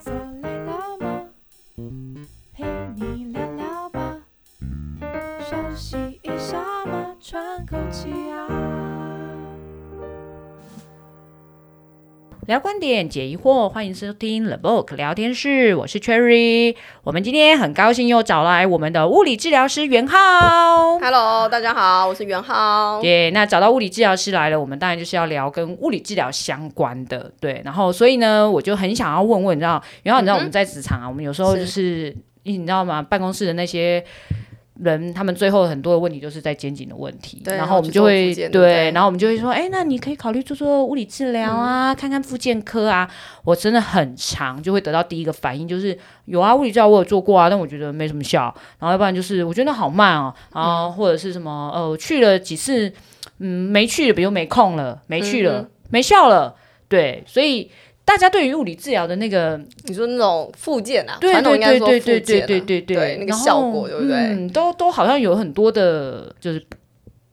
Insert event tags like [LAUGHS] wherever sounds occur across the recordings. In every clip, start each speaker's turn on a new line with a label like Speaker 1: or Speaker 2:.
Speaker 1: 坐累了吗？陪你聊聊吧，休息一下嘛，喘口气啊。
Speaker 2: 聊观点，解疑惑，欢迎收听 The Book 聊天室，我是 Cherry。我们今天很高兴又找来我们的物理治疗师袁浩。
Speaker 3: Hello，大家好，我是袁浩。
Speaker 2: 耶那找到物理治疗师来了，我们当然就是要聊跟物理治疗相关的，对。然后，所以呢，我就很想要问问，你知道，然后你知道
Speaker 3: 嗯哼
Speaker 2: 我们在职场啊，我们有时候就是是，你知道吗？办公室的那些人，他们最后很多的问题都是在肩颈的问题，
Speaker 3: 对
Speaker 2: 然后我们
Speaker 3: 然后去
Speaker 2: 就
Speaker 3: 做
Speaker 2: 会
Speaker 3: 复健对不
Speaker 2: 对，
Speaker 3: 对
Speaker 2: 然后我们就会说，哎，那你可以考虑做做物理治疗
Speaker 3: 嗯
Speaker 2: 啊，看看复健科啊。我真的很常就会得到第一个反应就是，有啊，物理治疗我有做过啊，但我觉得没什么效。然后要不然就是我觉得好慢哦，啊，
Speaker 3: 嗯
Speaker 2: 或者是什么呃，我去了几次，嗯，没去了，比如没空了，没去了，
Speaker 3: 嗯
Speaker 2: 没效了，对，所以大家对于物理治疗的那个，
Speaker 3: 你说那种附件啊，
Speaker 2: 对
Speaker 3: 传统
Speaker 2: 对
Speaker 3: 应该
Speaker 2: 对
Speaker 3: 说
Speaker 2: 对
Speaker 3: 附
Speaker 2: 对
Speaker 3: 件
Speaker 2: 对
Speaker 3: 啊
Speaker 2: 对对
Speaker 3: 对那个
Speaker 2: 然后
Speaker 3: 效果对不对
Speaker 2: 嗯，都都好像有很多的，就是。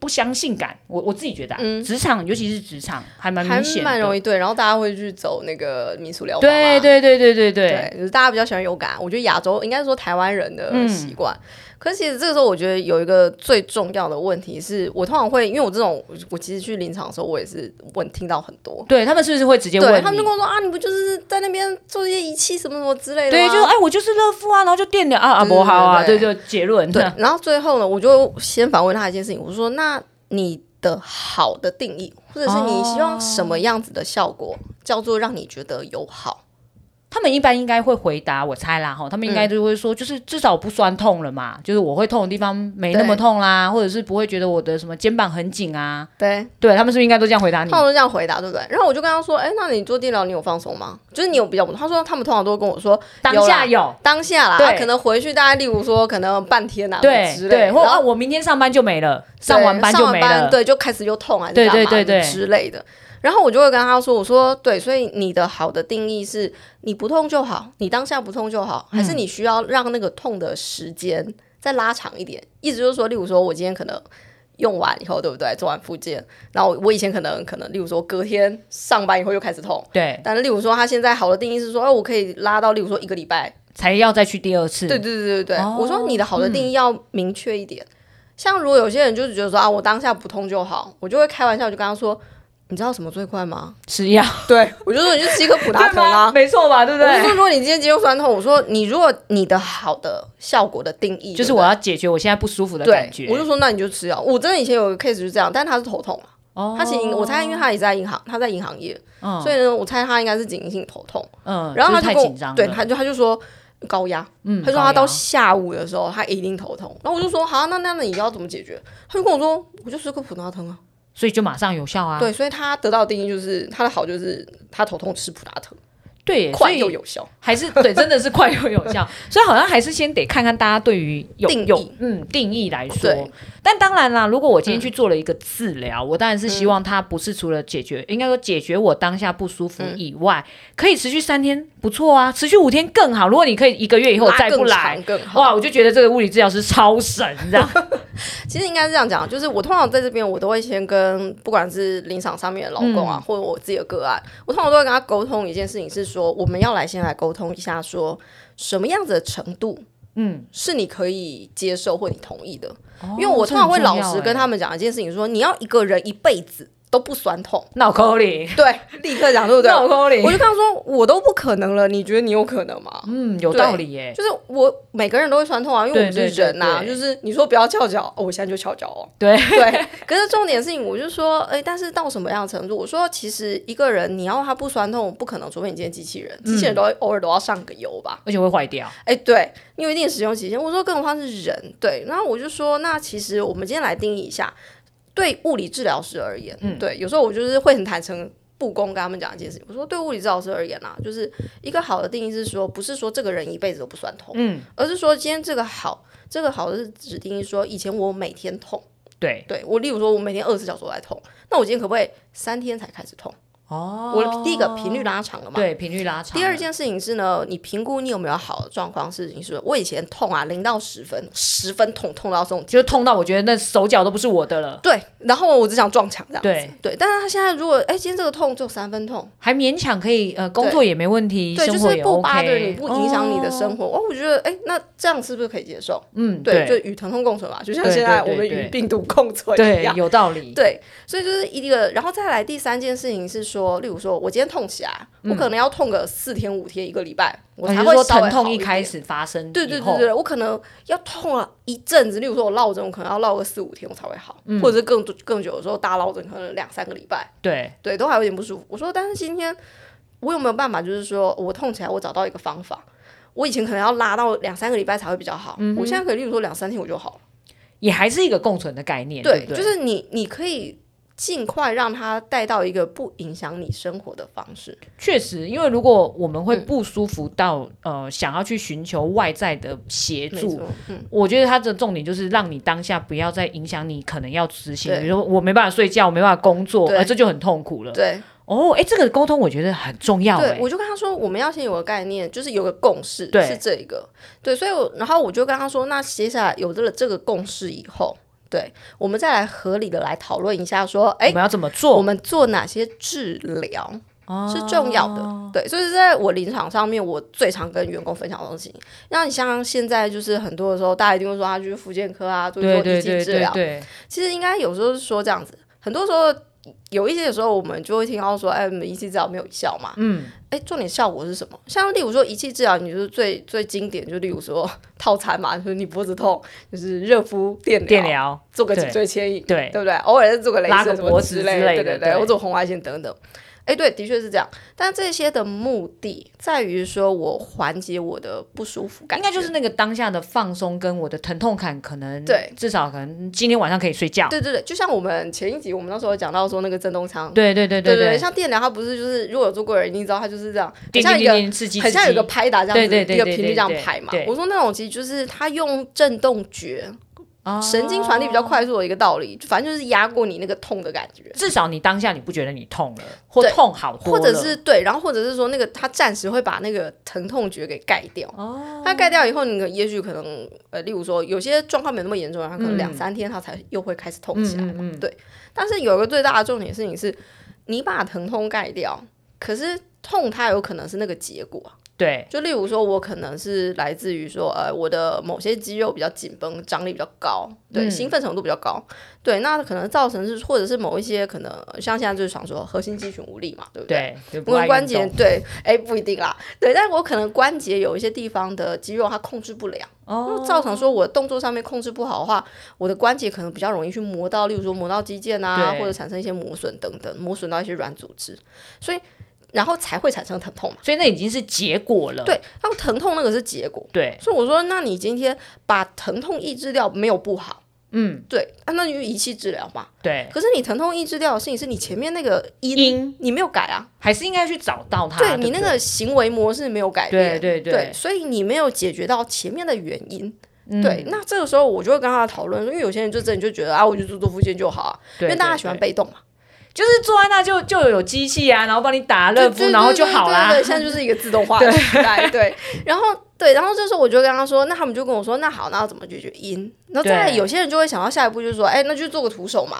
Speaker 2: 不相信感，我我自己觉得、啊，
Speaker 3: 嗯
Speaker 2: 职场尤其是职场还蛮
Speaker 3: 还
Speaker 2: 明显的，
Speaker 3: 蛮容易对，然后大家会去走那个民俗疗法嘛，
Speaker 2: 对对对对对对，
Speaker 3: 对，就是大家比较喜欢有感，我觉得亚洲应该说台湾人的
Speaker 2: 嗯
Speaker 3: 习惯。可是其实这个时候，我觉得有一个最重要的问题是，我通常会因为我这种，我其实去临场的时候，我也是问听到很多，
Speaker 2: 对他们是不是会直接问
Speaker 3: 对
Speaker 2: 你？
Speaker 3: 他们就跟我说啊，你不就是在那边做一些仪器什么什么之类的
Speaker 2: 对，
Speaker 3: 吗？
Speaker 2: 就是哎，我就是乐夫啊，然后就电疗啊啊，
Speaker 3: 对
Speaker 2: 不好啊，对
Speaker 3: 对
Speaker 2: 对，结论 [LAUGHS]
Speaker 3: 对，然后最后呢，我就先反问他一件事情，我说：“那你的好的定义，或者是你希望什么样子的效果，叫做让你觉得有好
Speaker 2: 他们一般应该会回答，我猜啦哈，他们应该
Speaker 3: 嗯
Speaker 2: 就会说，就是至少不酸痛了嘛，就是我会痛的地方没那么痛啦，或者是不会觉得我的什么肩膀很紧啊？”，
Speaker 3: 对，
Speaker 2: 对他们是不是应该都这样回答你
Speaker 3: 他？们都这样回答，对不对？然后我就跟他说：“哎，那你做电疗，你有放松吗？就是你有比较不？”他说：“他们通常都会跟我说
Speaker 2: 当
Speaker 3: 有
Speaker 2: 下
Speaker 3: 啦
Speaker 2: 有，
Speaker 3: 当下啦，
Speaker 2: 对
Speaker 3: 啊可能回去大概例如说可能半天啊，
Speaker 2: 对
Speaker 3: 之类的
Speaker 2: 对，或
Speaker 3: 然
Speaker 2: 啊，
Speaker 3: 后
Speaker 2: 我明天上班就没了，
Speaker 3: 对
Speaker 2: 上完班就没
Speaker 3: 上完
Speaker 2: 了，
Speaker 3: 班对，就开始又痛啊还是
Speaker 2: 对
Speaker 3: 干嘛
Speaker 2: 对对对
Speaker 3: 之类的。”然后我就会跟他说：“我说对，所以你的好的定义是你不痛就好，你当下不痛就好，
Speaker 2: 嗯
Speaker 3: 还是你需要让那个痛的时间再拉长一点？意思就是说，例如说我今天可能用完以后，对不对？做完复健，然后我我以前可能可能，例如说隔天上班以后又开始痛，
Speaker 2: 对，
Speaker 3: 但是例如说他现在好的定义是说，哎，我可以拉到例如说一个礼拜，
Speaker 2: 才要再去第二次。
Speaker 3: 对对对对对，
Speaker 2: 哦
Speaker 3: 我说你的好的定义
Speaker 2: 嗯
Speaker 3: 要明确一点。像如果有些人就是觉得说啊，我当下不痛就好，我就会开玩笑，我就跟他说，你知道什么最快
Speaker 2: [LAUGHS]
Speaker 3: 吗？
Speaker 2: 吃药，
Speaker 3: 对我就说你就吃一颗普
Speaker 2: 对
Speaker 3: 达疼
Speaker 2: 吧？
Speaker 3: 啊。
Speaker 2: [LAUGHS] 没错吧？对不
Speaker 3: 我就
Speaker 2: 对
Speaker 3: 说，？如果你今天肌肉酸痛，我说你如果你的好的效果的定义
Speaker 2: 就是我要解决我现在不舒服的
Speaker 3: 对
Speaker 2: 感
Speaker 3: 不
Speaker 2: 觉。
Speaker 3: 对，我就说那你就吃药。我真的以前有个 case 就是这样，但他是头痛啊，
Speaker 2: 哦
Speaker 3: 他其实我猜因为他也在银行，他在银行业，
Speaker 2: 嗯
Speaker 3: 所以呢，我猜他应该是紧急性头痛。
Speaker 2: 嗯，
Speaker 3: 然后他
Speaker 2: 就是太
Speaker 3: 就跟
Speaker 2: 紧
Speaker 3: 我
Speaker 2: 张，
Speaker 3: 对，
Speaker 2: 了，
Speaker 3: 他就他就说高压，
Speaker 2: 嗯
Speaker 3: 他说
Speaker 2: 高
Speaker 3: 他到
Speaker 2: 压
Speaker 3: 下午的时候他一定头痛，然后我就说好，那那那你要怎么解决？他就跟我说，我就吃个普拿疼啊。
Speaker 2: 所以就马上有效啊。
Speaker 3: 对，所以他得到的定义就是他的好就是他头痛吃普拿疼，
Speaker 2: 对耶，
Speaker 3: 快
Speaker 2: 所以
Speaker 3: 又有效。
Speaker 2: 还是对，真的是快又有
Speaker 3: [LAUGHS]
Speaker 2: 效，所以好像还是先得看看大家对于有
Speaker 3: 定义
Speaker 2: 有嗯定义来说
Speaker 3: 对。嗯
Speaker 2: 但当然啦，如果我今天去做了一个治疗，我当然是希望它不是除了解决，应该说解决我当下不舒
Speaker 3: 嗯
Speaker 2: 服以外，可以持续三天，不错啊，持续五天更好。如果你可以一个月以后
Speaker 3: 拉
Speaker 2: 再不
Speaker 3: 更
Speaker 2: 来
Speaker 3: 长，更好。
Speaker 2: 哇，我就觉得这个物理治疗师超神，你知道吗？
Speaker 3: 其实应该是这样讲，就是我通常在这边，我都会先跟不管是临场上面的老公
Speaker 2: 嗯
Speaker 3: 啊，或者我自己的个案，我通常都会跟他沟通一件事情，是说我们要来先来沟通一下说，什么样子的程度，嗯，是你可以接受或你同意的。 [LAUGHS]
Speaker 2: 哦
Speaker 3: 因为我通常会老实
Speaker 2: 欸
Speaker 3: 跟他们讲一件事情说，你要一个人一辈子都不酸痛，
Speaker 2: 欸脑壳里，
Speaker 3: 对，立刻讲对不对？
Speaker 2: 脑壳里
Speaker 3: 我，就跟他说，我都不可能了，你觉得你有可能
Speaker 2: [LAUGHS]
Speaker 3: 吗？
Speaker 2: 嗯，有道理耶，
Speaker 3: 就是我每个人都会酸痛啊，因为我们
Speaker 2: 对
Speaker 3: 是
Speaker 2: 对对
Speaker 3: 人呐、
Speaker 2: 对
Speaker 3: 就是你说不要翘脚、哦，我现在就翘脚哦。
Speaker 2: 对， [LAUGHS]
Speaker 3: 对，可是重点事情，我就说，哎、但是到什么样的程度？我说，其实一个人你要他不酸痛，不可能，除非你今天机器人，机器
Speaker 2: 嗯
Speaker 3: 人都会偶尔都要上个油吧。
Speaker 2: 而且会坏掉，
Speaker 3: 哎、对你有一定的使用期限。我说，更何况是人，对。然后我就说，那其实我们今天来定义一下，对物理治疗师而言，
Speaker 2: 嗯
Speaker 3: 对，有时候我就是会很坦诚。不公跟他们讲一件事情，我说对物理治疗师而言啊，就是一个好的定义是说，不是说这个人一辈子都不酸痛，
Speaker 2: 嗯，
Speaker 3: 而是说今天这个好，这个好是指定义说，以前我每天痛，
Speaker 2: 对，
Speaker 3: 对我，例如说，我每天二十小时都在痛，那我今天可不可以三天才开始痛？
Speaker 2: 哦，
Speaker 3: 我第一个频率拉长了嘛，
Speaker 2: 对频率拉长。
Speaker 3: 第二件事情是呢，你评估你有没有好的状况。事情是，我以前痛啊，零到十分，十分痛，痛到这种。
Speaker 2: 就是痛到我觉得那手脚都不是我的了，
Speaker 3: 对，然后我只想撞墙这样子。
Speaker 2: 对
Speaker 3: 对，但是他现在如果，哎，今天这个痛只有三分痛，
Speaker 2: 还勉强可以呃工作也没问题，
Speaker 3: 对，就
Speaker 2: 生活
Speaker 3: 是
Speaker 2: 也
Speaker 3: 不
Speaker 2: OK，
Speaker 3: 巴对你，不影响你的
Speaker 2: 哦
Speaker 3: 生活。哦，我觉得，哎，那这样是不是可以接受？
Speaker 2: 嗯
Speaker 3: 对，
Speaker 2: 对
Speaker 3: 就与疼痛共存嘛，就像
Speaker 2: 对
Speaker 3: 现在
Speaker 2: 对
Speaker 3: 我
Speaker 2: 对
Speaker 3: 们与病毒共存一
Speaker 2: 对
Speaker 3: 样。
Speaker 2: 有道理，
Speaker 3: 对，所以就是一个，然后再来第三件事情是说，例如说我今天痛起来，我可能要痛个四天五天一个礼拜，
Speaker 2: 嗯
Speaker 3: 我
Speaker 2: 哦
Speaker 3: 才
Speaker 2: 你
Speaker 3: 会
Speaker 2: 是说
Speaker 3: 稍微
Speaker 2: 疼
Speaker 3: 好
Speaker 2: 痛
Speaker 3: 一
Speaker 2: 一
Speaker 3: 点
Speaker 2: 开始发生
Speaker 3: 对对
Speaker 2: 以
Speaker 3: 对
Speaker 2: 后
Speaker 3: 对，我可能要痛了一阵子，例如说我落枕，我可能要落个四五天我才会好，
Speaker 2: 嗯
Speaker 3: 或者是更更久的时候大落枕可能两三个礼拜，
Speaker 2: 对
Speaker 3: 对，都还有点不舒服。我说，但是今天我有没有办法，就是说我痛起来，我找到一个方法。我以前可能要拉到两三个礼拜才会比较好，
Speaker 2: 嗯
Speaker 3: 我现在可以，例如说两三天我就好了。
Speaker 2: 也还是一个共存的概念，对不对，
Speaker 3: 就是你你可以尽快让它带到一个不影响你生活的方式。
Speaker 2: 确实，因为如果我们会
Speaker 3: 嗯
Speaker 2: 不舒服到、呃想要去寻求外在的协
Speaker 3: 没
Speaker 2: 助
Speaker 3: 错，，嗯，
Speaker 2: 我觉得它的重点就是让你当下不要再影响你可能要执行，
Speaker 3: 对
Speaker 2: 比如说我没办法睡觉，我没办法工作，
Speaker 3: 对
Speaker 2: 呃、这就很痛苦了。
Speaker 3: 对
Speaker 2: 哦，哎，这个沟通我觉得很重要，
Speaker 3: 对
Speaker 2: 哎，，
Speaker 3: 我就跟他说，我们要先有个概念，就是有个共识，
Speaker 2: 对
Speaker 3: 是这一个。对，所以我然后我就跟他说，那接下来有了这个共识以后，对我们再来合理的来讨论一下，说，哎
Speaker 2: 我，们要怎么
Speaker 3: 我
Speaker 2: 做？
Speaker 3: 们做哪些治疗？
Speaker 2: 哦
Speaker 3: 是重要的。对，所以在我临场上面，我最常跟员工分享的东西。那你像现在就是很多的时候，大家一定会说他去复健科啊，做
Speaker 2: 对
Speaker 3: 做
Speaker 2: 对
Speaker 3: 一
Speaker 2: 对
Speaker 3: 剂治
Speaker 2: 对
Speaker 3: 疗。
Speaker 2: 对，
Speaker 3: 其实应该有时候是说这样子，很多时候有一些时候我们就会听到说，哎，我们仪器治疗没有效嘛。
Speaker 2: 嗯，
Speaker 3: 哎，重点效果是什么？像例如说仪器治疗，你就是最最经典，就例如说套餐嘛，就是你脖子痛，就是热敷电疗，
Speaker 2: 电疗
Speaker 3: 做个
Speaker 2: 对
Speaker 3: 颈椎牵引，
Speaker 2: 对
Speaker 3: 对不对？偶尔做个
Speaker 2: 拉
Speaker 3: 镭
Speaker 2: 个
Speaker 3: 射什么
Speaker 2: 脖子之
Speaker 3: 类
Speaker 2: 类
Speaker 3: 对
Speaker 2: 的
Speaker 3: 对，
Speaker 2: 对
Speaker 3: 或者红外线等等。哎，对，的确是这样。但这些的目的在于说我缓解我的不舒服感
Speaker 2: 应
Speaker 3: 觉，
Speaker 2: 该就是那个当下的放松跟我的疼痛感，可能
Speaker 3: 对
Speaker 2: 至少可能今天晚上可以睡觉。
Speaker 3: 对对对，就像我们前一集我们那时候讲到说那个震动舱，
Speaker 2: 对对对
Speaker 3: 对
Speaker 2: 对，
Speaker 3: 像电疗它不是就是如果有做过的人，你知道它就是这样，很
Speaker 2: 电
Speaker 3: 像
Speaker 2: 电
Speaker 3: 一个
Speaker 2: 电电刺激，
Speaker 3: 很像
Speaker 2: 刺
Speaker 3: 有
Speaker 2: 激
Speaker 3: 个拍打这样
Speaker 2: 对
Speaker 3: 子
Speaker 2: 对对
Speaker 3: 一个
Speaker 2: 对
Speaker 3: 频率
Speaker 2: 对
Speaker 3: 这样
Speaker 2: 对
Speaker 3: 拍嘛
Speaker 2: 对。
Speaker 3: 我说那种其实就是它用震动觉、
Speaker 2: 哦
Speaker 3: 神经传递比较快速的一个道理，反正就是压过你那个痛的感觉。
Speaker 2: 至少你当下你不觉得你痛了，或
Speaker 3: 对
Speaker 2: 痛好多
Speaker 3: 或
Speaker 2: 了，
Speaker 3: 者是对，然后或者是说那个它暂时会把那个疼痛觉给盖掉。
Speaker 2: 哦，
Speaker 3: 它盖掉以后，你可也许可能呃，例如说有些状况没那么严重，它可
Speaker 2: 嗯
Speaker 3: 能两三天它才又会开始痛起来
Speaker 2: 嗯
Speaker 3: 嘛。
Speaker 2: 嗯嗯，
Speaker 3: 但是有一个最大的重点事情是，你把疼痛盖掉，可是痛它有可能是那个结果啊。
Speaker 2: 对，
Speaker 3: 就例如说，我可能是来自于说，呃，我的某些肌肉比较紧绷，张力比较高，对，
Speaker 2: 嗯
Speaker 3: 兴奋程度比较高，对，那可能造成是，或者是某一些可能呃像现在就是常说核心肌群无力嘛，对不对？
Speaker 2: 对，就
Speaker 3: 我
Speaker 2: 爱
Speaker 3: 关
Speaker 2: 运
Speaker 3: 节
Speaker 2: 动
Speaker 3: 对，哎、不一定啦，对，但我可能关节有一些地方的肌肉它控制不了，
Speaker 2: 哦，
Speaker 3: 造成说我动作上面控制不好的话，我的关节可能比较容易去磨到，例如说磨到肌腱啊，
Speaker 2: 对
Speaker 3: 或者产生一些磨损等等，磨损到一些软组织，所以然后才会产生疼痛嘛。
Speaker 2: 所以那已经是结果了，
Speaker 3: 对，那疼痛那个是结果，
Speaker 2: 对，
Speaker 3: 所以我说，那你今天把疼痛抑制掉没有不好，
Speaker 2: 嗯，
Speaker 3: 对，啊、那就仪器治疗嘛。
Speaker 2: 对，
Speaker 3: 可是你疼痛抑制掉的事情是你前面那个因，
Speaker 2: 因
Speaker 3: 你没有改啊，
Speaker 2: 还是应该去找到它，
Speaker 3: 对
Speaker 2: 对
Speaker 3: 你
Speaker 2: 不
Speaker 3: 那
Speaker 2: 对
Speaker 3: 个行为模式没有改
Speaker 2: 对
Speaker 3: 变，
Speaker 2: 对
Speaker 3: 对
Speaker 2: 对
Speaker 3: 所以你没有解决到前面的原因。
Speaker 2: 嗯
Speaker 3: 对，那这个时候我就会跟他讨论，因为有些人就真的就觉得啊，我就做做复健就好啊，因
Speaker 2: 对
Speaker 3: 为大家
Speaker 2: 对
Speaker 3: 喜欢
Speaker 2: 对
Speaker 3: 被动嘛，
Speaker 2: 就是坐在那就就有机器啊，然后帮你打热
Speaker 3: 对
Speaker 2: 敷，
Speaker 3: 对
Speaker 2: 然后
Speaker 3: 对
Speaker 2: 就
Speaker 3: 对
Speaker 2: 好
Speaker 3: 对
Speaker 2: 啦
Speaker 3: 对，，现在就是一个自动化的时代，对。然后对，然后这时候我就跟他说，那他们就跟我说，那好，那要怎么解决因？然后再来
Speaker 2: 对
Speaker 3: 有些人就会想到下一步就是说，哎，那就做个徒手嘛。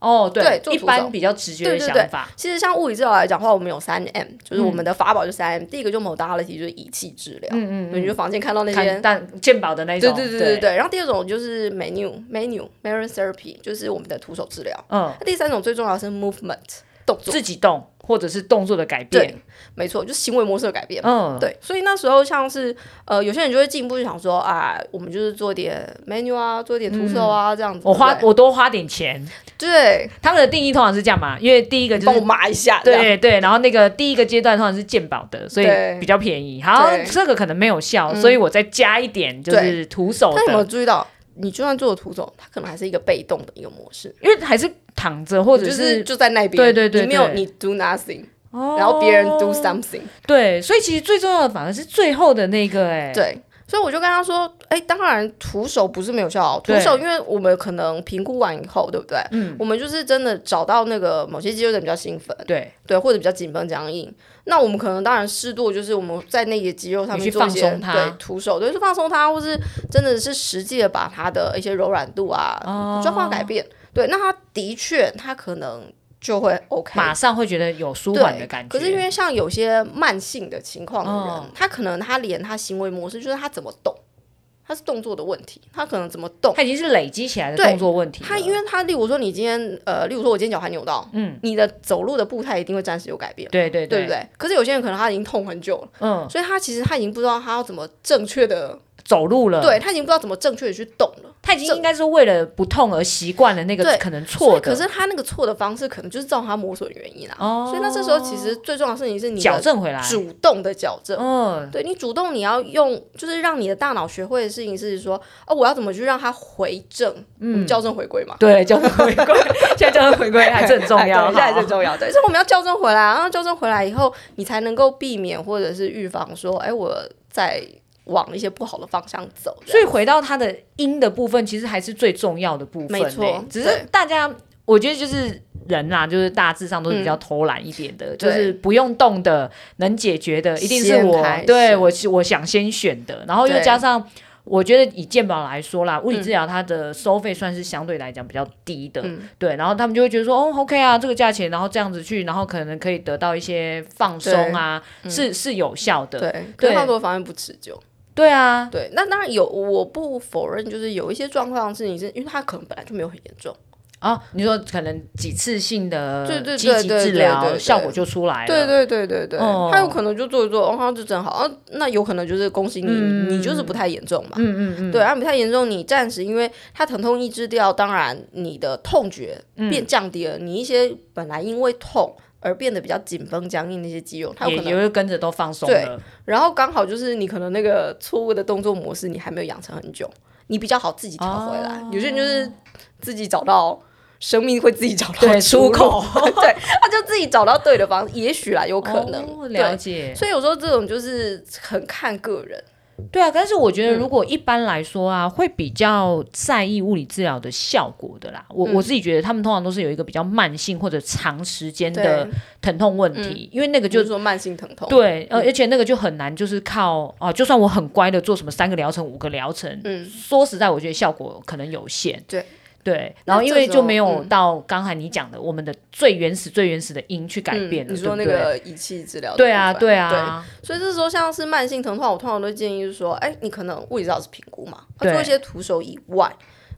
Speaker 2: 哦，
Speaker 3: 对
Speaker 2: 对，
Speaker 3: 做
Speaker 2: 一
Speaker 3: 徒手
Speaker 2: 般比较直觉的
Speaker 3: 对对
Speaker 2: 想
Speaker 3: 对
Speaker 2: 法，
Speaker 3: 其实像物理治疗来讲的话，我们有三 M，就是我
Speaker 2: 嗯
Speaker 3: 们的法宝就三 M，、第一个就 modality 就是仪器治疗，
Speaker 2: 嗯嗯
Speaker 3: 对你
Speaker 2: 嗯，
Speaker 3: 就房间看到那些
Speaker 2: 看但鉴宝的那
Speaker 3: 对
Speaker 2: 种，
Speaker 3: 对对对
Speaker 2: 对，
Speaker 3: 对。然后第二种就是 menu menu manual therapy，就是我们的徒手治疗。
Speaker 2: 嗯，
Speaker 3: 那第三种最重要的是 movement 动作，
Speaker 2: 自己动或者是动作的改
Speaker 3: 对
Speaker 2: 变，，
Speaker 3: 没错，就是行为模式的改变。
Speaker 2: 嗯，
Speaker 3: 对，所以那时候像是呃，有些人就会进一步就想说啊，我们就是做点 menu 啊，做点徒手啊、这样子。
Speaker 2: 嗯我花
Speaker 3: 对
Speaker 2: 我多花点钱，
Speaker 3: 对，
Speaker 2: 他们的定义通常是这样嘛，因为第一个就
Speaker 3: 帮我
Speaker 2: 是。
Speaker 3: 麻一下。这样，
Speaker 2: 对对，然后那个第一个阶段通常是鉴宝的，所以
Speaker 3: 对
Speaker 2: 比较便宜。好，
Speaker 3: 对
Speaker 2: 这个可能没有效，
Speaker 3: 嗯
Speaker 2: 所以我再加一点，就是徒手
Speaker 3: 但有没
Speaker 2: 的，
Speaker 3: 有注意到，你就算做徒手，它可能还是一个被动的一个模式，
Speaker 2: 因为还是躺着或者
Speaker 3: 就是是就在那边，
Speaker 2: 对对对
Speaker 3: 你没有
Speaker 2: 对
Speaker 3: 你 do nothing，
Speaker 2: 哦
Speaker 3: 然后别人 do something，
Speaker 2: 对，所以其实最重要的反而是最后的那个哎，
Speaker 3: 对。所以我就跟他说，哎、当然徒手不是没有效，啊徒
Speaker 2: 对
Speaker 3: 手因为我们可能评估完以后，对不对？嗯，我们就是真的找到那个某些肌肉点比较兴奋，
Speaker 2: 对，
Speaker 3: 对，或者比较紧绷僵硬，那我们可能当然适度就是我们在那个肌肉上
Speaker 2: 你
Speaker 3: 面
Speaker 2: 去
Speaker 3: 做一
Speaker 2: 放
Speaker 3: 些
Speaker 2: 松它
Speaker 3: 对徒手，对，就放松它，或是真的是实际的把它的一些柔软度啊
Speaker 2: 哦
Speaker 3: 状况、改变，对，那它的确它可能就会 OK，
Speaker 2: 马上会觉得有舒
Speaker 3: 对，
Speaker 2: 缓的感觉。
Speaker 3: 可是因为像有些慢性的情况的人，
Speaker 2: 哦
Speaker 3: 他可能他连他行为模式，就是他怎么动，他是动作的问题，他可能怎么动。
Speaker 2: 它已经是累积起来的
Speaker 3: 对
Speaker 2: 动作问题了。
Speaker 3: 他因为他，例如说你今天，呃，例如说我今天脚踝扭到，嗯，你的走路的步态一定会暂时有改变，
Speaker 2: 对对
Speaker 3: 对不对？可是有些人可能他已经痛很久了，
Speaker 2: 嗯，
Speaker 3: 所以他其实他已经不知道他要怎么正确的，
Speaker 2: 走路了，，
Speaker 3: 对他已经不知道怎么正确的去动了。
Speaker 2: 他已经
Speaker 3: 这
Speaker 2: 应该是为了不痛而习惯了那个
Speaker 3: 对
Speaker 2: 可能错
Speaker 3: 所
Speaker 2: 的，
Speaker 3: 以可是他那个错的方式，可能就是造成他磨损的原因啊。
Speaker 2: 哦
Speaker 3: 所以那这时候其实最重要的事情是你的
Speaker 2: 矫正回来，
Speaker 3: 主动的矫正，
Speaker 2: 嗯，
Speaker 3: 对你主动，你要用，就是让你的大脑学会的事情是说，哦，我要怎么去让它回正，嗯，我们校正回归嘛，
Speaker 2: 对，矫正回归， [LAUGHS] 现在矫正回归还是很重要， [LAUGHS]
Speaker 3: [LAUGHS] 哎对现在
Speaker 2: 好
Speaker 3: 最重要，对，所以我们要校正回来，然后校正回来以后，你才能够避免或者是预防说，哎，我在往一些不好的方向走，这样
Speaker 2: 所以回到它的音的部分，其实还是最重要的部分、欸。
Speaker 3: 没错
Speaker 2: 只
Speaker 3: 对
Speaker 2: 是大家，我觉得就是人啦、就是大致上都是
Speaker 3: 嗯
Speaker 2: 比较偷懒一点的，就是不用动的，能解决的一定是
Speaker 3: 先
Speaker 2: 我
Speaker 3: 开，始
Speaker 2: 对我是我想先选的，然后又
Speaker 3: 对
Speaker 2: 加上。我觉得以健保来说啦，物理治疗它的收费算是相对来讲比较低的，
Speaker 3: 嗯
Speaker 2: 对，然后他们就会觉得说，哦，OK 啊，这个价钱，然后这样子去，然后可能可以得到一些放松啊，是是有效的，
Speaker 3: 嗯对，可是放多方面不持久，
Speaker 2: 对啊，
Speaker 3: 对，那当然有，我不否认，就是有一些状况是你是因为它可能本来就没有很严重。
Speaker 2: 哦，你说可能几次性的
Speaker 3: 对对对
Speaker 2: 积极
Speaker 3: 对
Speaker 2: 治
Speaker 3: 对对
Speaker 2: 疗
Speaker 3: 对
Speaker 2: 效果就出来了，
Speaker 3: 对对对对对，
Speaker 2: 哦
Speaker 3: 他有可能就做一做，哦，他就正好，啊，那有可能就是恭喜你，你就是不太严重嘛。嗯嗯嗯。对，啊，不太严重，你暂时因为他疼痛抑制掉，当然你的痛觉变降低了，你一些本来因为痛而变得比较紧绷僵硬那些肌肉，它有
Speaker 2: 也
Speaker 3: 可
Speaker 2: 也
Speaker 3: 能，
Speaker 2: 会跟着都放松
Speaker 3: 对
Speaker 2: 了，
Speaker 3: 然后刚好就是你可能那个错误的动作模式你还没有养成很久，你比较好自己调回来。
Speaker 2: 哦
Speaker 3: 有些人就是自己找到。生命会自己找到
Speaker 2: 对
Speaker 3: 出
Speaker 2: 出
Speaker 3: 口
Speaker 2: 口，
Speaker 3: [LAUGHS] 对，他就自己找到对的方式，也许啦，有可能，
Speaker 2: 哦
Speaker 3: 对。
Speaker 2: 了解。
Speaker 3: 所以有时候这种就是很看个人，
Speaker 2: 对啊，但是我觉
Speaker 3: 嗯
Speaker 2: 得如果一般来说啊，会比较在意物理治疗的效果的啦。
Speaker 3: 嗯
Speaker 2: 我、我自己觉得他们通常都是有一个比较慢性或者长时间的
Speaker 3: 对嗯
Speaker 2: 疼痛问题，因为那个
Speaker 3: 就
Speaker 2: 就是
Speaker 3: 说慢性疼痛，
Speaker 2: 对，
Speaker 3: 嗯
Speaker 2: 呃，而且那个就很难，就是靠啊，就算我很乖的做什么三个疗程、五个疗程，
Speaker 3: 嗯
Speaker 2: 说实在，我觉得效果可能有限。
Speaker 3: 对。
Speaker 2: 对，
Speaker 3: 那
Speaker 2: 然后因
Speaker 3: 这
Speaker 2: 为
Speaker 3: 时
Speaker 2: 就
Speaker 3: 候
Speaker 2: 没有
Speaker 3: 嗯
Speaker 2: 到刚才你讲的我们的最原始、最原始的音去改
Speaker 3: 嗯
Speaker 2: 变了，
Speaker 3: 你说那
Speaker 2: 对不对
Speaker 3: 个仪器治疗的部分，
Speaker 2: 对啊，对啊，
Speaker 3: 对，所以这时候像是慢性疼痛，我通常都建议是说，哎，你可能物理治疗师评估嘛，他
Speaker 2: 对
Speaker 3: 做一些徒手以外，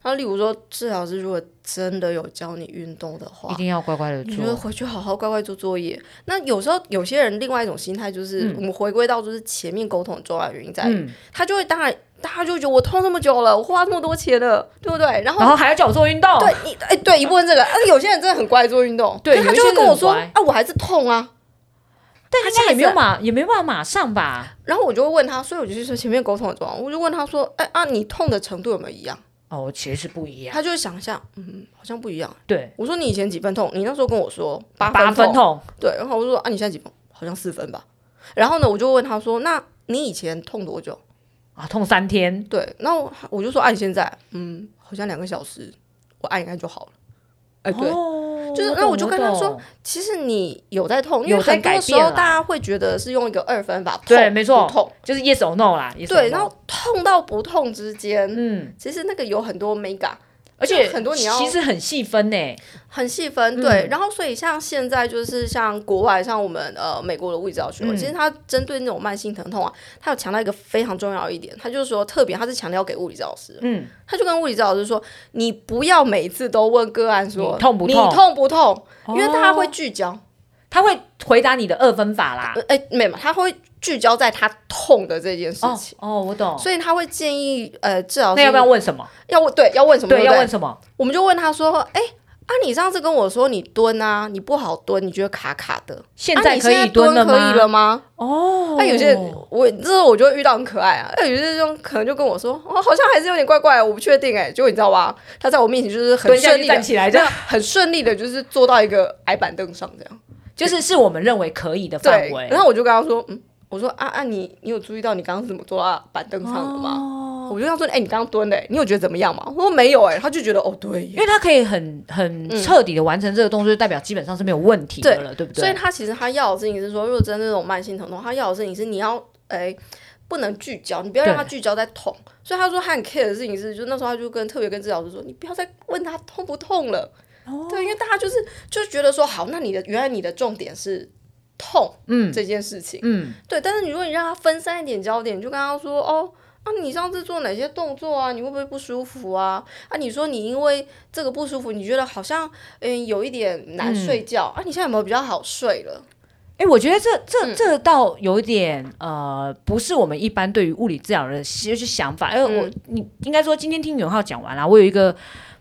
Speaker 3: 然后例如说治疗师如果真的有教你运动的
Speaker 2: 一
Speaker 3: 话。
Speaker 2: 定要乖乖的
Speaker 3: 你就
Speaker 2: 做。
Speaker 3: 回去好好乖乖做作业。那有时候有些人另外一种心态就是，我们回归到就是前面沟通很重要的原因在于，
Speaker 2: 嗯，
Speaker 3: 他就会当然大家就会觉得我痛那么久了，我花那么多钱了，对不对？然后
Speaker 2: 然后还要叫我做运动，
Speaker 3: 对，你哎、对，一部分这个，啊，有些人真的很乖做运动，
Speaker 2: 对
Speaker 3: 可是他
Speaker 2: 有一
Speaker 3: 就
Speaker 2: 些
Speaker 3: 会
Speaker 2: 人
Speaker 3: 跟我
Speaker 2: 很
Speaker 3: 说，
Speaker 2: 乖
Speaker 3: 啊，我还是痛啊。
Speaker 2: 但
Speaker 3: 他
Speaker 2: 应
Speaker 3: 下
Speaker 2: 该也
Speaker 3: 一
Speaker 2: 没有
Speaker 3: 次
Speaker 2: 马，也没办法马上吧？
Speaker 3: 然后我就会问他，所以我就说前面沟通很重要，我就问他说，哎、啊，你痛的程度有没有一样？
Speaker 2: 哦，其实是不一样。
Speaker 3: 他就会想一下，嗯，好像不一样。
Speaker 2: 对，
Speaker 3: 我说你以前几分痛？你那时候跟我说八
Speaker 2: 八
Speaker 3: 分
Speaker 2: 分痛，
Speaker 3: 对，然后我就说啊，你现在几分？好像四分吧。然后呢，我就问他说，那你以前痛多久？
Speaker 2: 啊，痛三天，
Speaker 3: 对，然后我就说按、啊、你现在，嗯，好像两个小时，我按一按就好了。哎、对，
Speaker 2: 哦
Speaker 3: 就是那
Speaker 2: 懂
Speaker 3: 我就跟他说
Speaker 2: 懂
Speaker 3: 其实你有在痛，因为
Speaker 2: 有在
Speaker 3: 很多
Speaker 2: 改
Speaker 3: 时
Speaker 2: 变
Speaker 3: 候
Speaker 2: 啦
Speaker 3: 大家会觉得是用一个二分法痛，
Speaker 2: 对没错
Speaker 3: 不痛，
Speaker 2: 就是 yes or no 啦，yes or
Speaker 3: 对，
Speaker 2: no
Speaker 3: 然后痛到不痛之间，
Speaker 2: 嗯，
Speaker 3: 其实那个有很多 mega，
Speaker 2: 而且
Speaker 3: 就很多你要
Speaker 2: 其实嗯很细分呢、
Speaker 3: 很细分，对，然后所以像现在就是像国外，像我们呃美国的物理治疗
Speaker 2: 嗯
Speaker 3: 学会，其实它针对那种慢性疼痛啊，它有强调一个非常重要一点，它就是说特别它是强调给物理治疗师，
Speaker 2: 嗯，
Speaker 3: 他就跟物理治疗师说，你不要每次都问个案说
Speaker 2: 你痛不
Speaker 3: 你
Speaker 2: 痛
Speaker 3: 痛不痛，因为大家会
Speaker 2: 哦
Speaker 3: 聚焦，
Speaker 2: 他会回答你的二分法啦
Speaker 3: 呃。哎、没嘛，他会聚焦在他痛的这件事
Speaker 2: 哦
Speaker 3: 情。
Speaker 2: 哦，我懂。
Speaker 3: 所以他会建议呃治疗师
Speaker 2: 那要不要问什么？
Speaker 3: 要问对要问什么？
Speaker 2: 对，
Speaker 3: 不
Speaker 2: 要问什么？
Speaker 3: 我们就问他说，哎、啊，你上次跟我说你蹲啊，你不好蹲，你觉得卡卡的，
Speaker 2: 现在可
Speaker 3: 啊、你现在
Speaker 2: 以
Speaker 3: 蹲
Speaker 2: 了吗？
Speaker 3: 可以了吗？
Speaker 2: 哦，
Speaker 3: 那、有些我这时候我就会遇到很可爱啊，那、有些就可能就跟我说，哦，好像还是有点怪怪，我不确定哎、就你知道吧？他在我面前就是很
Speaker 2: 蹲下
Speaker 3: 顺
Speaker 2: 去
Speaker 3: 利的
Speaker 2: 站，起来，这
Speaker 3: 这样
Speaker 2: 样
Speaker 3: 很顺利的，就是坐到一个矮板凳上这样，
Speaker 2: 就是是我们认为可以的范
Speaker 3: 对
Speaker 2: 围。。
Speaker 3: 然后我就跟他说，嗯，我说啊啊，你你有注意到你刚刚是怎么坐到板凳上的吗？
Speaker 2: 哦，
Speaker 3: 我就要说，哎、你刚刚蹲的、你有觉得怎么样吗？我说没有、哎，他就觉得哦，对
Speaker 2: 因
Speaker 3: 耶。
Speaker 2: 为他可以很很
Speaker 3: 嗯
Speaker 2: 彻底的完成这个动作，就代表基本上是没有问题的了，对不对？
Speaker 3: 所以他其实他要的事情是说，如果真的那种慢性疼痛，他要的事情是你要哎、不能聚焦，你不要让他
Speaker 2: 对
Speaker 3: 聚焦在痛。所以他说他很 care 的事情是，就那时候他就跟特别跟治疗师说，你不要再问他痛不痛了。
Speaker 2: 哦
Speaker 3: 对，因为大家就是就觉得说，好，那你的原来你的重点是痛，嗯，这件事情，
Speaker 2: 嗯，
Speaker 3: 对。但是如果你让他分散一点焦点，你就跟他说，哦，啊，你上次做哪些动作啊？你会不会不舒服啊？啊，你说你因为这个不舒服，你觉得好像嗯有一点难睡觉、啊？你现在有没有比较好睡了？
Speaker 2: 哎、我觉得这
Speaker 3: 嗯
Speaker 2: 这这倒有一点呃，不是我们一般对于物理治疗的就是想法。因为
Speaker 3: 嗯
Speaker 2: 我、你应该说今天听永浩讲完了，我有一个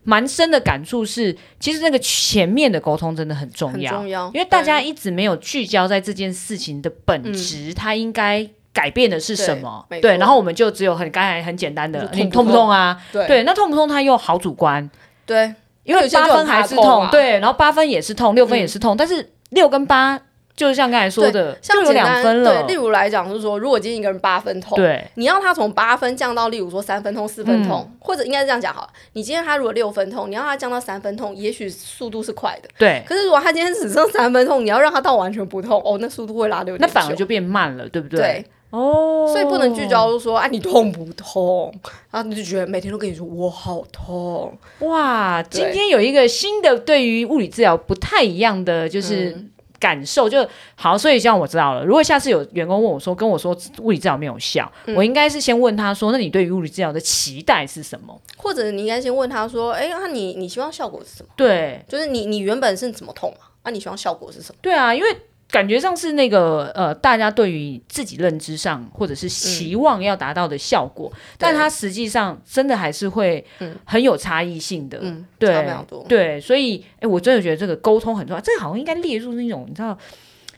Speaker 2: 蛮深的感触是，其实那个前面的沟通真的很重
Speaker 3: 很
Speaker 2: 要，
Speaker 3: 重要，
Speaker 2: 因为大家
Speaker 3: 对嗯
Speaker 2: 一直没有聚焦在这件事情的本质，它应该。改变的是什么？
Speaker 3: 对没
Speaker 2: 对，
Speaker 3: 错
Speaker 2: 然后我们就只有很刚才很简单的
Speaker 3: 就，
Speaker 2: 你
Speaker 3: 痛不
Speaker 2: 痛不
Speaker 3: 痛
Speaker 2: 痛啊？
Speaker 3: 对
Speaker 2: 对，那痛不痛它又好主观，
Speaker 3: 对
Speaker 2: 因为
Speaker 3: 有些人
Speaker 2: 八
Speaker 3: 就
Speaker 2: 分
Speaker 3: 很怕
Speaker 2: 还是
Speaker 3: 痛
Speaker 2: 痛，
Speaker 3: 啊嗯
Speaker 2: 对，然后八分也是痛，六分也是痛，但是六跟八就是像刚才说的，
Speaker 3: 像
Speaker 2: 就有
Speaker 3: 简
Speaker 2: 两
Speaker 3: 单
Speaker 2: 分了
Speaker 3: 对，，例如来讲是说，如果今天一个人八分痛，
Speaker 2: 对，
Speaker 3: 你要他从八分降到，例如说三分痛、四
Speaker 2: 嗯
Speaker 3: 分痛，或者应该是这样讲好了。你今天他如果六分痛，你要他降到三分痛，也许速度是快的。
Speaker 2: 对，
Speaker 3: 可是如果他今天只剩三分痛，你要让他到完全不痛，哦，那速度会拉六
Speaker 2: 那反而就变慢了，对不对？
Speaker 3: 对，
Speaker 2: 哦，
Speaker 3: 所以不能聚焦说啊你痛不痛，然后你就觉得每天都跟你说我好痛，
Speaker 2: 哇，
Speaker 3: 对
Speaker 2: 今天有一个新的对于物理治疗不太一样的
Speaker 3: 嗯
Speaker 2: 就是感受，就好。所以像我知道了，如果下次有员工问我说跟我说物理治疗没有效，
Speaker 3: 嗯
Speaker 2: 我应该是先问他说，那你对于物理治疗的期待是什么？
Speaker 3: 或者你应该先问他说，哎、那、你你希望效果是什么？
Speaker 2: 对，
Speaker 3: 就是你你原本是怎么痛嘛？啊，你希望效果是什么？
Speaker 2: 对啊，因为感觉上是那个呃，大家对于自己认知上或者是
Speaker 3: 嗯
Speaker 2: 期望要达到的效果，但它实际上真的还是会
Speaker 3: 嗯
Speaker 2: 很有差异性的。
Speaker 3: 嗯，
Speaker 2: 对
Speaker 3: 差非常多。
Speaker 2: 对，所以哎，我真的觉得这个沟通很重要，这个好像应该列入那种你知道。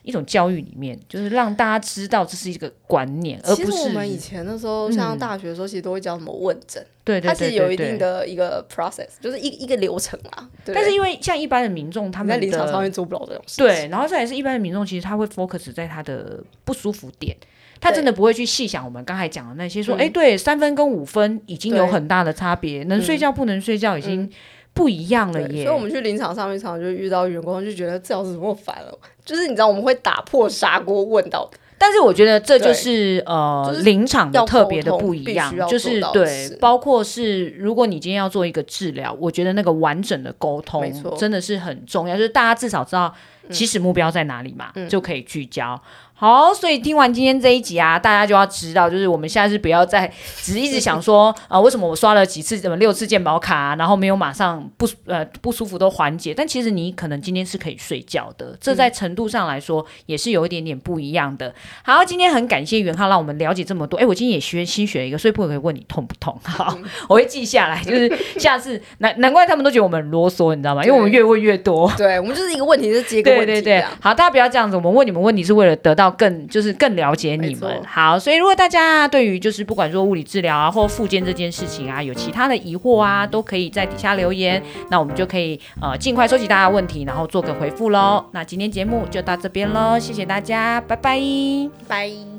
Speaker 2: 一种教育里面，就是让大家知道这是一个观念，而
Speaker 3: 其
Speaker 2: 不
Speaker 3: 实我
Speaker 2: 是
Speaker 3: 们以前的时候，像大学的时候，其实都会教什么问诊，
Speaker 2: 嗯对对对
Speaker 3: 它是有一定。
Speaker 2: 对对
Speaker 3: 的一个 process，就是一一个流程啦。对
Speaker 2: 但是因为像一般的民众，他
Speaker 3: 他
Speaker 2: 们
Speaker 3: 在
Speaker 2: 的
Speaker 3: 临场上面做不了这种事情。
Speaker 2: 对，然后再来是一般的民众，其实他会 focus 在他的不舒服点，他真的不会去细想我们刚才讲的那些说，
Speaker 3: 嗯
Speaker 2: 哎、对，三分跟五分已经有
Speaker 3: 对嗯
Speaker 2: 很大的差别，能睡觉不能睡觉已经不一样了
Speaker 3: 对，
Speaker 2: 耶。
Speaker 3: 所以我们去临场上面，常常就遇到员工就觉得治疗师怎么那么烦了，就是你知道我们会打破砂锅问到底，
Speaker 2: 但是我觉得这就
Speaker 3: 对
Speaker 2: 是呃
Speaker 3: 就是
Speaker 2: 临场的
Speaker 3: 要
Speaker 2: 特
Speaker 3: 沟
Speaker 2: 别的
Speaker 3: 通
Speaker 2: 不一
Speaker 3: 必须
Speaker 2: 样
Speaker 3: 要，
Speaker 2: 就
Speaker 3: 做
Speaker 2: 是
Speaker 3: 到的
Speaker 2: 对
Speaker 3: 事，
Speaker 2: 包括是如果你今天要做一个治疗，我觉得那个完整的沟通
Speaker 3: 没错
Speaker 2: 真的是很重要，就是大家至少知道起始目标在哪里嘛，
Speaker 3: 嗯
Speaker 2: 就可以聚焦。好，所以听完今天这一集啊，大家就要知道，就是我们下次不要再只是一直想说
Speaker 3: [LAUGHS]
Speaker 2: 啊、为什么我刷了几次怎么六次健保卡啊、然后没有马上不舒呃不舒服都缓解，但其实你可能今天是可以睡觉的，
Speaker 3: 嗯
Speaker 2: 这在程度上来说也是有一点点不一样的。好，今天很感谢袁浩让我们了解这么多，哎，我今天也学新学一个，所以不可以问你痛不痛，
Speaker 3: 嗯
Speaker 2: 好， [LAUGHS] 我会记下来，就是下次 [LAUGHS] 难难怪他们都觉得我们很啰嗦，你知道吗？因为我们
Speaker 3: 对
Speaker 2: 越问越多。
Speaker 3: 对我们就是一个问题是 [LAUGHS] 接一个
Speaker 2: 对
Speaker 3: 问
Speaker 2: 对
Speaker 3: 题啊这
Speaker 2: 对
Speaker 3: 样，，
Speaker 2: 好，大家不要这样子，我们问你们问题是为了得到更就是更了解你们
Speaker 3: 没。错
Speaker 2: 好，所以如果大家对于就是不管说物理治疗啊或复健这件事情啊有其他的疑惑啊，都可以在底下留言，那我们就可以呃尽快收集大家的问题，然后做个回复喽。那今天节目就到这边喽，谢谢大家，拜拜。
Speaker 3: 拜。